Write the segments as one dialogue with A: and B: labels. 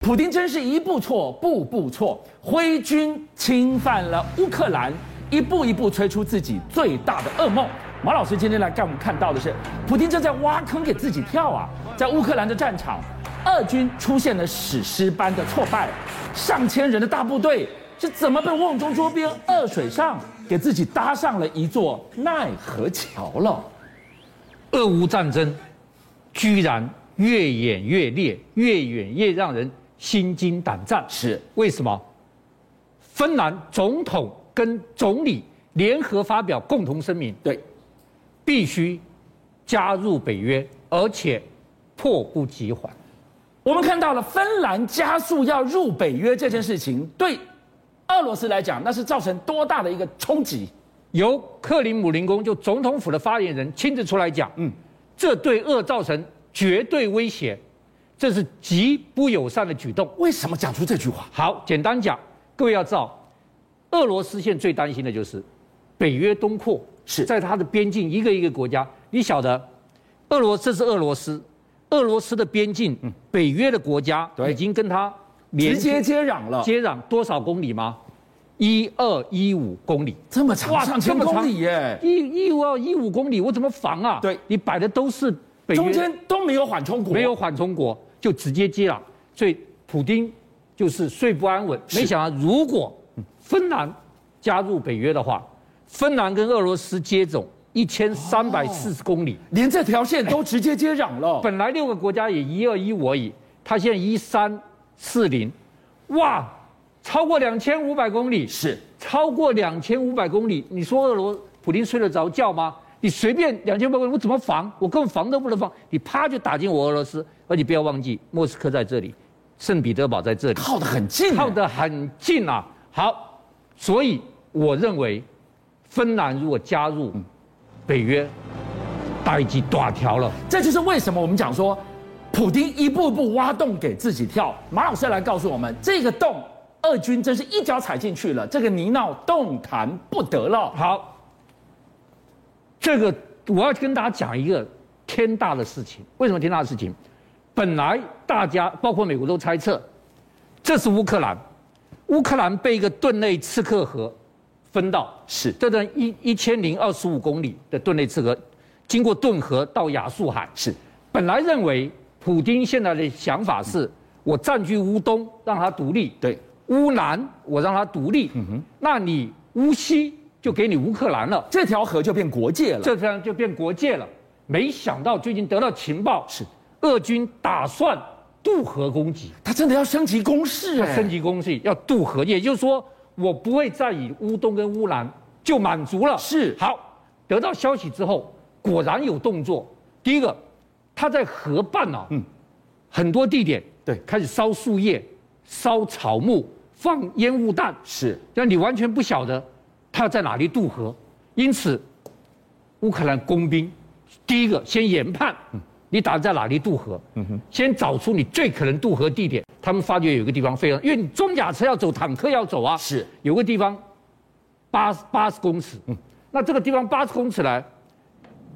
A: 普京真是一步错，步步错，挥军侵犯了乌克兰，一步一步吹出自己最大的噩梦。马老师今天来看我们看到的是，普京正在挖坑给自己跳啊！在乌克兰的战场，俄军出现了史诗般的挫败，上千人的大部队是怎么被瓮中捉鳖、恶水上给自己搭上了一座奈何桥了？
B: 俄乌战争居然越演越烈，越演越让人心惊胆战。
A: 是
B: 为什么？芬兰总统跟总理联合发表共同声明，
A: 对，
B: 必须加入北约，而且迫不及缓。
A: 我们看到了芬兰加速要入北约这件事情，对俄罗斯来讲，那是造成多大的一个冲击？
B: 由克里姆林宫就总统府的发言人亲自出来讲，嗯，这对俄造成绝对威胁，这是极不友善的举动。
A: 为什么讲出这句话？
B: 好，简单讲，各位要知道，俄罗斯现在最担心的就是北约东扩，
A: 是
B: 在它的边境一个一个国家，你晓得，俄罗斯是俄罗斯，俄罗斯的边境，北约的国家
A: 嗯对
B: 已经跟它连
A: 直接接壤了，
B: 接壤多少公里吗？一二一五公里。
A: 这么长，
B: 哇
A: 上千
B: 这么长
A: 公里耶，
B: 一一五二一五公里，我怎么防啊？
A: 对
B: 你摆的都是北约
A: 中间都没有缓冲国，
B: 没有缓冲国，就直接接壤，所以普丁就是睡不安稳。
A: 是
B: 没想到，如果芬兰加入北约的话，芬兰跟俄罗斯接种一千三百四十公里，
A: 连这条线
B: 哎
A: 都直接接壤了。
B: 本来六个国家也一二一五而已，它现在一三四零，哇，超过两千五百公里，
A: 是
B: 超过两千五百公里，你说俄罗普京睡得着觉吗？你随便两千五百公里，我怎么防？我根本防都不能防，你啪就打进我俄罗斯，而且不要忘记，莫斯科在这里，圣彼得堡在这里，
A: 靠得很近耶，
B: 靠得很近啊。好，所以我认为，芬兰如果加入
A: 嗯
B: 北约，代际大条了。
A: 这就是为什么我们讲说，普丁一步步挖洞给自己跳。马老师来告诉我们，这个洞，俄军真是一脚踩进去了，这个泥淖动弹不得了。
B: 好，这个我要跟大家讲一个天大的事情。为什么天大的事情？本来大家包括美国都猜测，这是乌克兰，乌克兰被一个顿内刺客河分到，
A: 是
B: 这段一一千零二十五公里的顿内刺客，经过顿河到亚速海。
A: 是，
B: 本来认为普京现在的想法是，我占据乌东，让它独立，
A: 对，
B: 乌南我让它独立，
A: 嗯
B: 那你乌西就给你乌克兰了，
A: 这条河就变国界了。
B: 这这样就变国界了。没想到最近得到情报，
A: 是
B: 俄军打算渡河攻击，
A: 他真的要升级攻势哎，
B: 升级攻势要渡河，也就是说我不会再以乌东跟乌南就满足了。
A: 是
B: 好，得到消息之后果然有动作。第一个，他在河畔啊，嗯，很多地点
A: 对
B: 开始烧树叶、烧草木、放烟雾弹，
A: 是
B: 但你完全不晓得他要在哪里渡河，因此，乌克兰工兵第一个先研判，你打算在哪里渡河，先找出你最可能渡河地点。他们发觉有一个地方非常，因为你装甲车要走，坦克要走啊，
A: 是
B: 有个地方八八十公尺，那这个地方八十公尺来，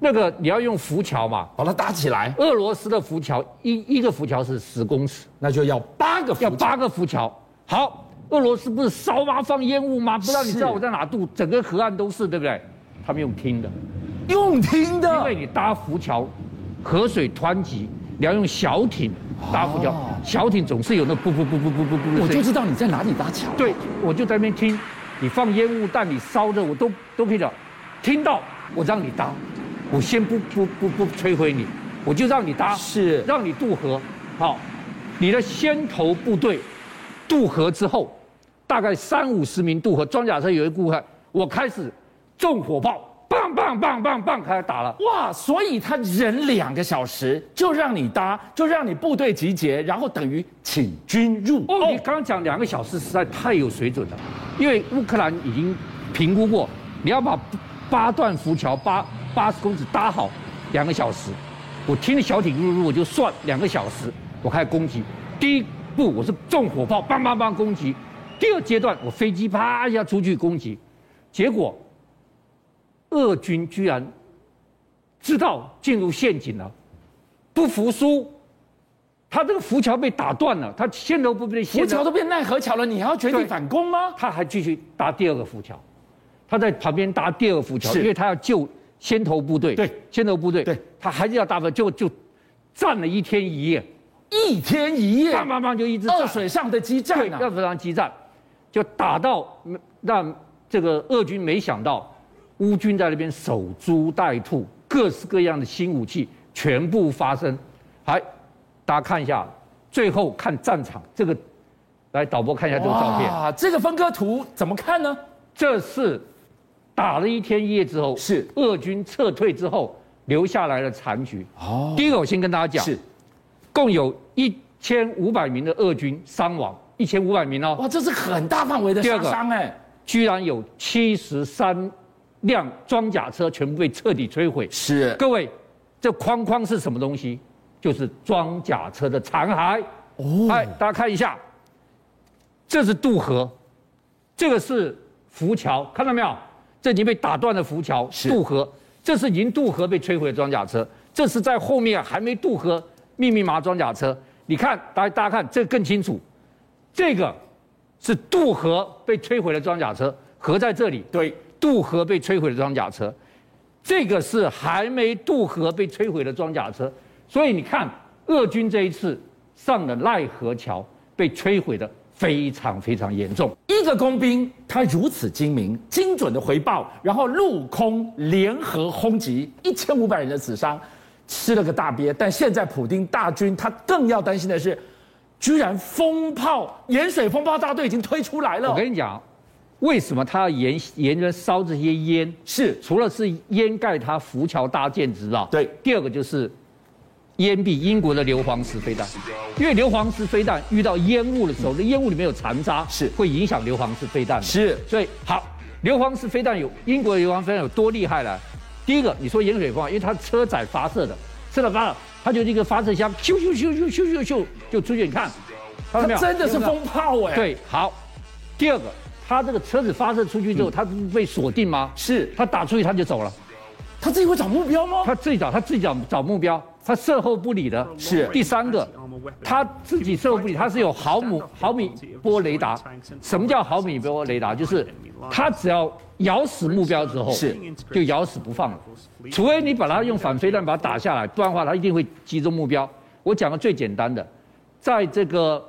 B: 那个你要用浮桥嘛，
A: 把它搭起来，
B: 俄罗斯的浮桥一一个浮桥是十公尺。
A: 那就要八个
B: 要
A: 浮
B: 八个浮桥。好，俄罗斯不是烧吗？放烟雾吗？不让你
A: 是
B: 知道我在哪渡，整个河岸都是，对不对？他们用听的，
A: 用听
B: 因
A: 的
B: 为，你搭浮桥，河水湍急，你要用小艇搭浮桥
A: 哦，
B: 小艇总是有那噗噗噗噗噗噗噗
A: 我
B: 的声
A: 就
B: 音。
A: 知道你在哪里搭桥。
B: 对，我就在那边听，你放烟雾弹，你烧的，我都都可以讲，听到我让你搭，我先不不不不摧毁你，我就让你搭。
A: 是
B: 让你渡河。好，你的先头部队渡河之后，大概三五十名渡河装甲车有一顾客，我开始重火炮，棒棒棒棒棒开始打了。
A: 哇，所以他忍两个小时就让你搭，就让你部队集结，然后等于请君入
B: 哦，你
A: 瓮。
B: 刚刚讲两个小时实在太有水准了，因为乌克兰已经评估过，你要把八段浮桥八八十公尺搭好，两个小时。我听着小艇入入，我就算两个小时，我开始攻击。第一步我是重火炮，梆梆梆攻击。第二阶段我飞机啪一下出去攻击，结果俄军居然知道进入陷阱了，不服输，他这个浮桥被打断了，他线都不被
A: 浮
B: 线
A: 桥
B: 了，
A: 都变奈何桥了，你还要全力反攻吗？
B: 他还继续搭第二个浮桥，他在旁边搭第二个浮桥，
A: 是
B: 因为他要救先头部队。
A: 对，
B: 先头部队，
A: 对，
B: 他还是要搭的，就就站了一天一夜，
A: 一天一夜，
B: 棒棒棒就一直站
A: 二水上的激战
B: 对，
A: 啊
B: 要！非常激战，就打到让这个俄军没想到，乌军在那边守株待兔，各式各样的新武器全部发生。还大家看一下，最后看战场这个，来导播看一下这个照片，
A: 哇，这个分割图怎么看呢？
B: 这是打了一天一夜之后，
A: 是
B: 俄军撤退之后留下来的残局。
A: 哦，
B: 第一个，我先跟大家讲，
A: 是
B: 共有一千五百名的俄军伤亡，一千五百名哦。
A: 哇，这是很大范围的
B: 第
A: 杀
B: 二个
A: 伤哎，
B: 居然有七十三辆装甲车全部被彻底摧毁。
A: 是
B: 各位，这框框是什么东西？就是装甲车的残骸。
A: 哦，
B: 哎，大家看一下，这是渡河，这个是浮桥，看到没有？这已经被打断的浮桥，
A: 是
B: 渡河，这是已经渡河被摧毁的装甲车，这是在后面还没渡河密密麻麻装甲车。你看，大家大家看，这更清楚，这个是渡河被摧毁的装甲车，河在这里，
A: 对，
B: 渡河被摧毁的装甲车，这个是还没渡河被摧毁的装甲车。所以你看，俄军这一次上了奈何桥，被摧毁的非常非常严重。
A: 一个工兵他如此精明、精准的回报，然后陆空联合轰击，一千五百人的死伤，吃了个大鳖。但现在普丁大军他更要担心的是，居然风炮、盐水风炮大队已经推出来
B: 我
A: 了，
B: 跟你讲，为什么他要沿沿着烧这些烟？
A: 是
B: 除了是掩盖他浮桥搭建之外，
A: 对
B: 第二个就是烟蔽英国的硫磺石飞弹，因为硫磺石飞弹遇到烟雾的时候，那烟雾里面有残渣，
A: 是
B: 会影响硫磺石飞弹的。
A: 是
B: 所以好，硫磺式飞弹有英国的硫磺飞弹有多厉害呢？第一个，你说盐水炮，因为它车载发射的，车载发射，它就是一个发射箱，咻咻咻咻咻咻咻就出去，你看，看到
A: 他
B: 没有？
A: 真的是
B: 有没有
A: 风炮哎、，
B: 对，好。第二个，它这个车子发射出去之后，
A: 嗯
B: 它不是被锁定吗？
A: 是
B: 它打出去它就走了，
A: 他自己会找目标吗？
B: 它自己找，它自己找找目标，它售后不理的。
A: 是
B: 第三个，它自己售后不理，它是有毫米毫米波雷达。什么叫毫米波雷达？就是它只要咬死目标之后，
A: 是
B: 就咬死不放了。除非你把它用反飞弹把它打下来，不然的话它一定会击中目标。我讲个最简单的，在这个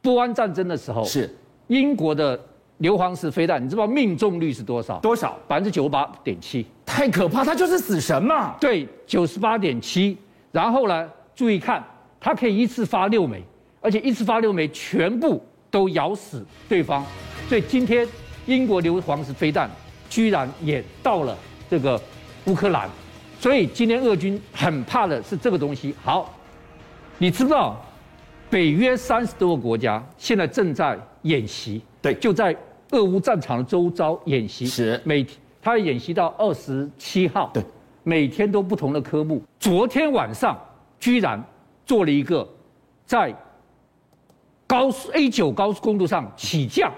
B: 波湾战争的时候，
A: 是
B: 英国的硫磺式飞弹，你知道命中率是多少？
A: 多少？
B: 百分之九十八点七，
A: 太可怕，他就是死神嘛。
B: 对，九十八点七。然后呢，注意看，它可以一次发六枚，而且一次发六枚全部都咬死对方。所以今天英国硫磺式飞弹居然也到了这个乌克兰，所以今天俄军很怕的是这个东西。好，你知不知道北约三十多个国家现在正在演习，
A: 对
B: 就在俄乌战场的周遭演习，
A: 是
B: 每他演习到二十七号，
A: 对，
B: 每天都不同的科目。昨天晚上居然做了一个在高速 A 九高速公路上起降，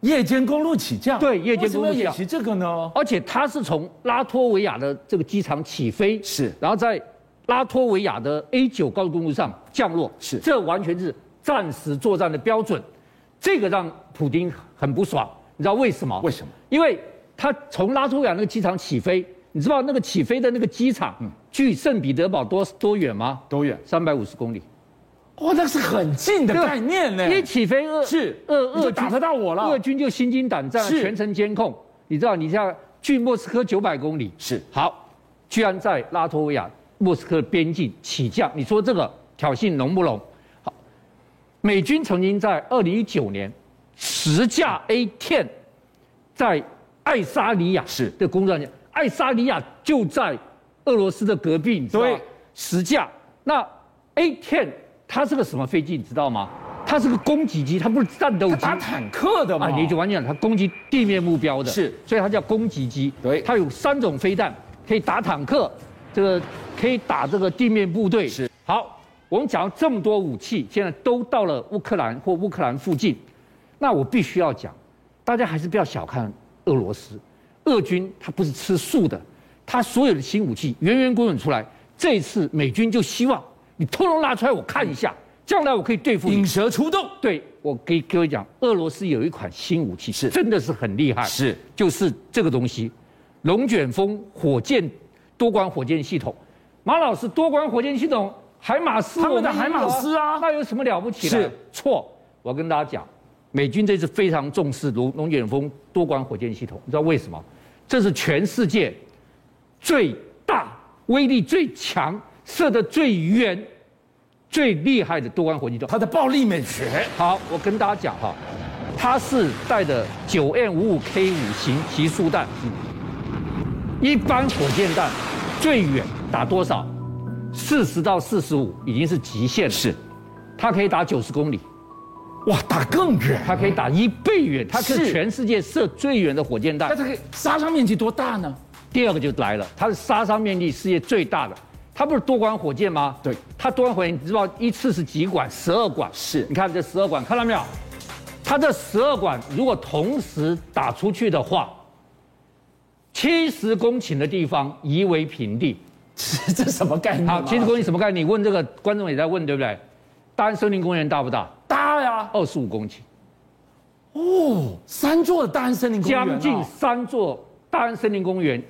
A: 夜间公路起降，
B: 对夜间公路
A: 为什么要
B: 起
A: 演习
B: 降哦
A: 这个呢？
B: 而且它是从拉脱维亚的这个机场起飞，
A: 是
B: 然后在拉脱维亚的 A 九高速公路上降落，
A: 是
B: 这完全是战时作战的标准，这个让普京很不爽，你知道为什么？
A: 为什么？
B: 因为他从拉脱维亚那个机场起飞，你知道那个起飞的那个机场，距圣彼得堡多多远吗？
A: 嗯多远？
B: 三百五十公里。
A: 哇，那是很近的
B: 对吧
A: 概念呢。
B: 一起飞俄
A: 是
B: 俄
A: 你就
B: 俄
A: 打
B: 军
A: 得到我了
B: 俄军就心惊胆战，
A: 是
B: 全程监控。你知道，你像距莫斯科九百公里
A: 是
B: 好，居然在拉脱维亚莫斯科边境起降，你说这个挑衅浓不浓？好，美军曾经在二零一九年十架 A 1在爱沙尼亚
A: 是
B: 的工作人员，爱沙尼亚就在俄罗斯的隔壁，你知道吗
A: 对，
B: 十架。那 A 1它是个什么飞机，你知道吗？它是个攻击机，它不是战斗
A: 他
B: 机。
A: 打坦克的嘛，
B: 啊，你就完全它攻击地面目标的，
A: 是
B: 所以它叫攻击机。
A: 对
B: 它有三种飞弹，可以打坦克，这个可以打这个地面部队。
A: 是，
B: 好，我们讲了这么多武器，现在都到了乌克兰或乌克兰附近，那我必须要讲，大家还是不要小看俄罗斯，俄军他不是吃素的，他所有的新武器源源滚滚出来。这一次美军就希望你通通拿出来我看一下，
A: 嗯
B: 将来我可以对付你
A: 引。蛇出洞，
B: 对，我给各位讲，俄罗斯有一款新武器，
A: 是
B: 真的是很厉害，
A: 啊是
B: 就是这个东西，龙卷风火箭多管火箭系统。马老师，多管火箭系统，海马斯，
A: 他们的
B: 我
A: 海
B: 也有
A: 马斯啊
B: 那有什么了不起的？
A: 是
B: 错，我跟大家讲，美军这次非常重视龙龙卷风多管火箭系统，你知道为什么？这是全世界最大、威力最强、射得最远、最厉害的多管火箭系统。
A: 它的暴力美学
B: 好，我跟大家讲哈，它是带的九 M 五五 K 五型集束弹，一般火箭弹最远打多少？四十到四十五已经是极限了。，它可以打九十公里，
A: 哇，打更远，
B: 它可以打一倍远，它
A: 是
B: 是全世界射最远的火箭弹
A: 那。它可以杀伤面积多大呢？
B: 第二个就来了，它是杀伤面积世界最大的。它不是多管火箭吗？
A: 对
B: 它多管火箭，你知道一次是几管？十二管。
A: 是
B: 你看这十二管，看到没有？它这十二管如果同时打出去的话，七十公顷的地方夷为平地。
A: 这什么概念啊？
B: 好，七十公顷什么概念？你问这个观众也在问，对不对？大安森林公园大不大？
A: 大呀，
B: 二十五公顷，
A: 哦，三座的大安森林公园、啊
B: 将近三座大安森林公园，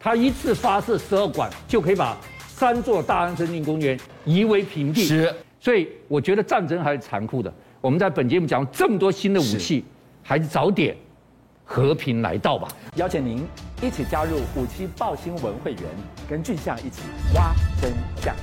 B: 它一次发射十二管就可以把三座大安森林公园夷为平地。
A: 是
B: 所以我觉得战争还是残酷的。我们在本节目讲这么多新的武器，还是早点和平来到吧。
C: 邀请您一起加入五七报新闻会员，跟俊相一起挖真相。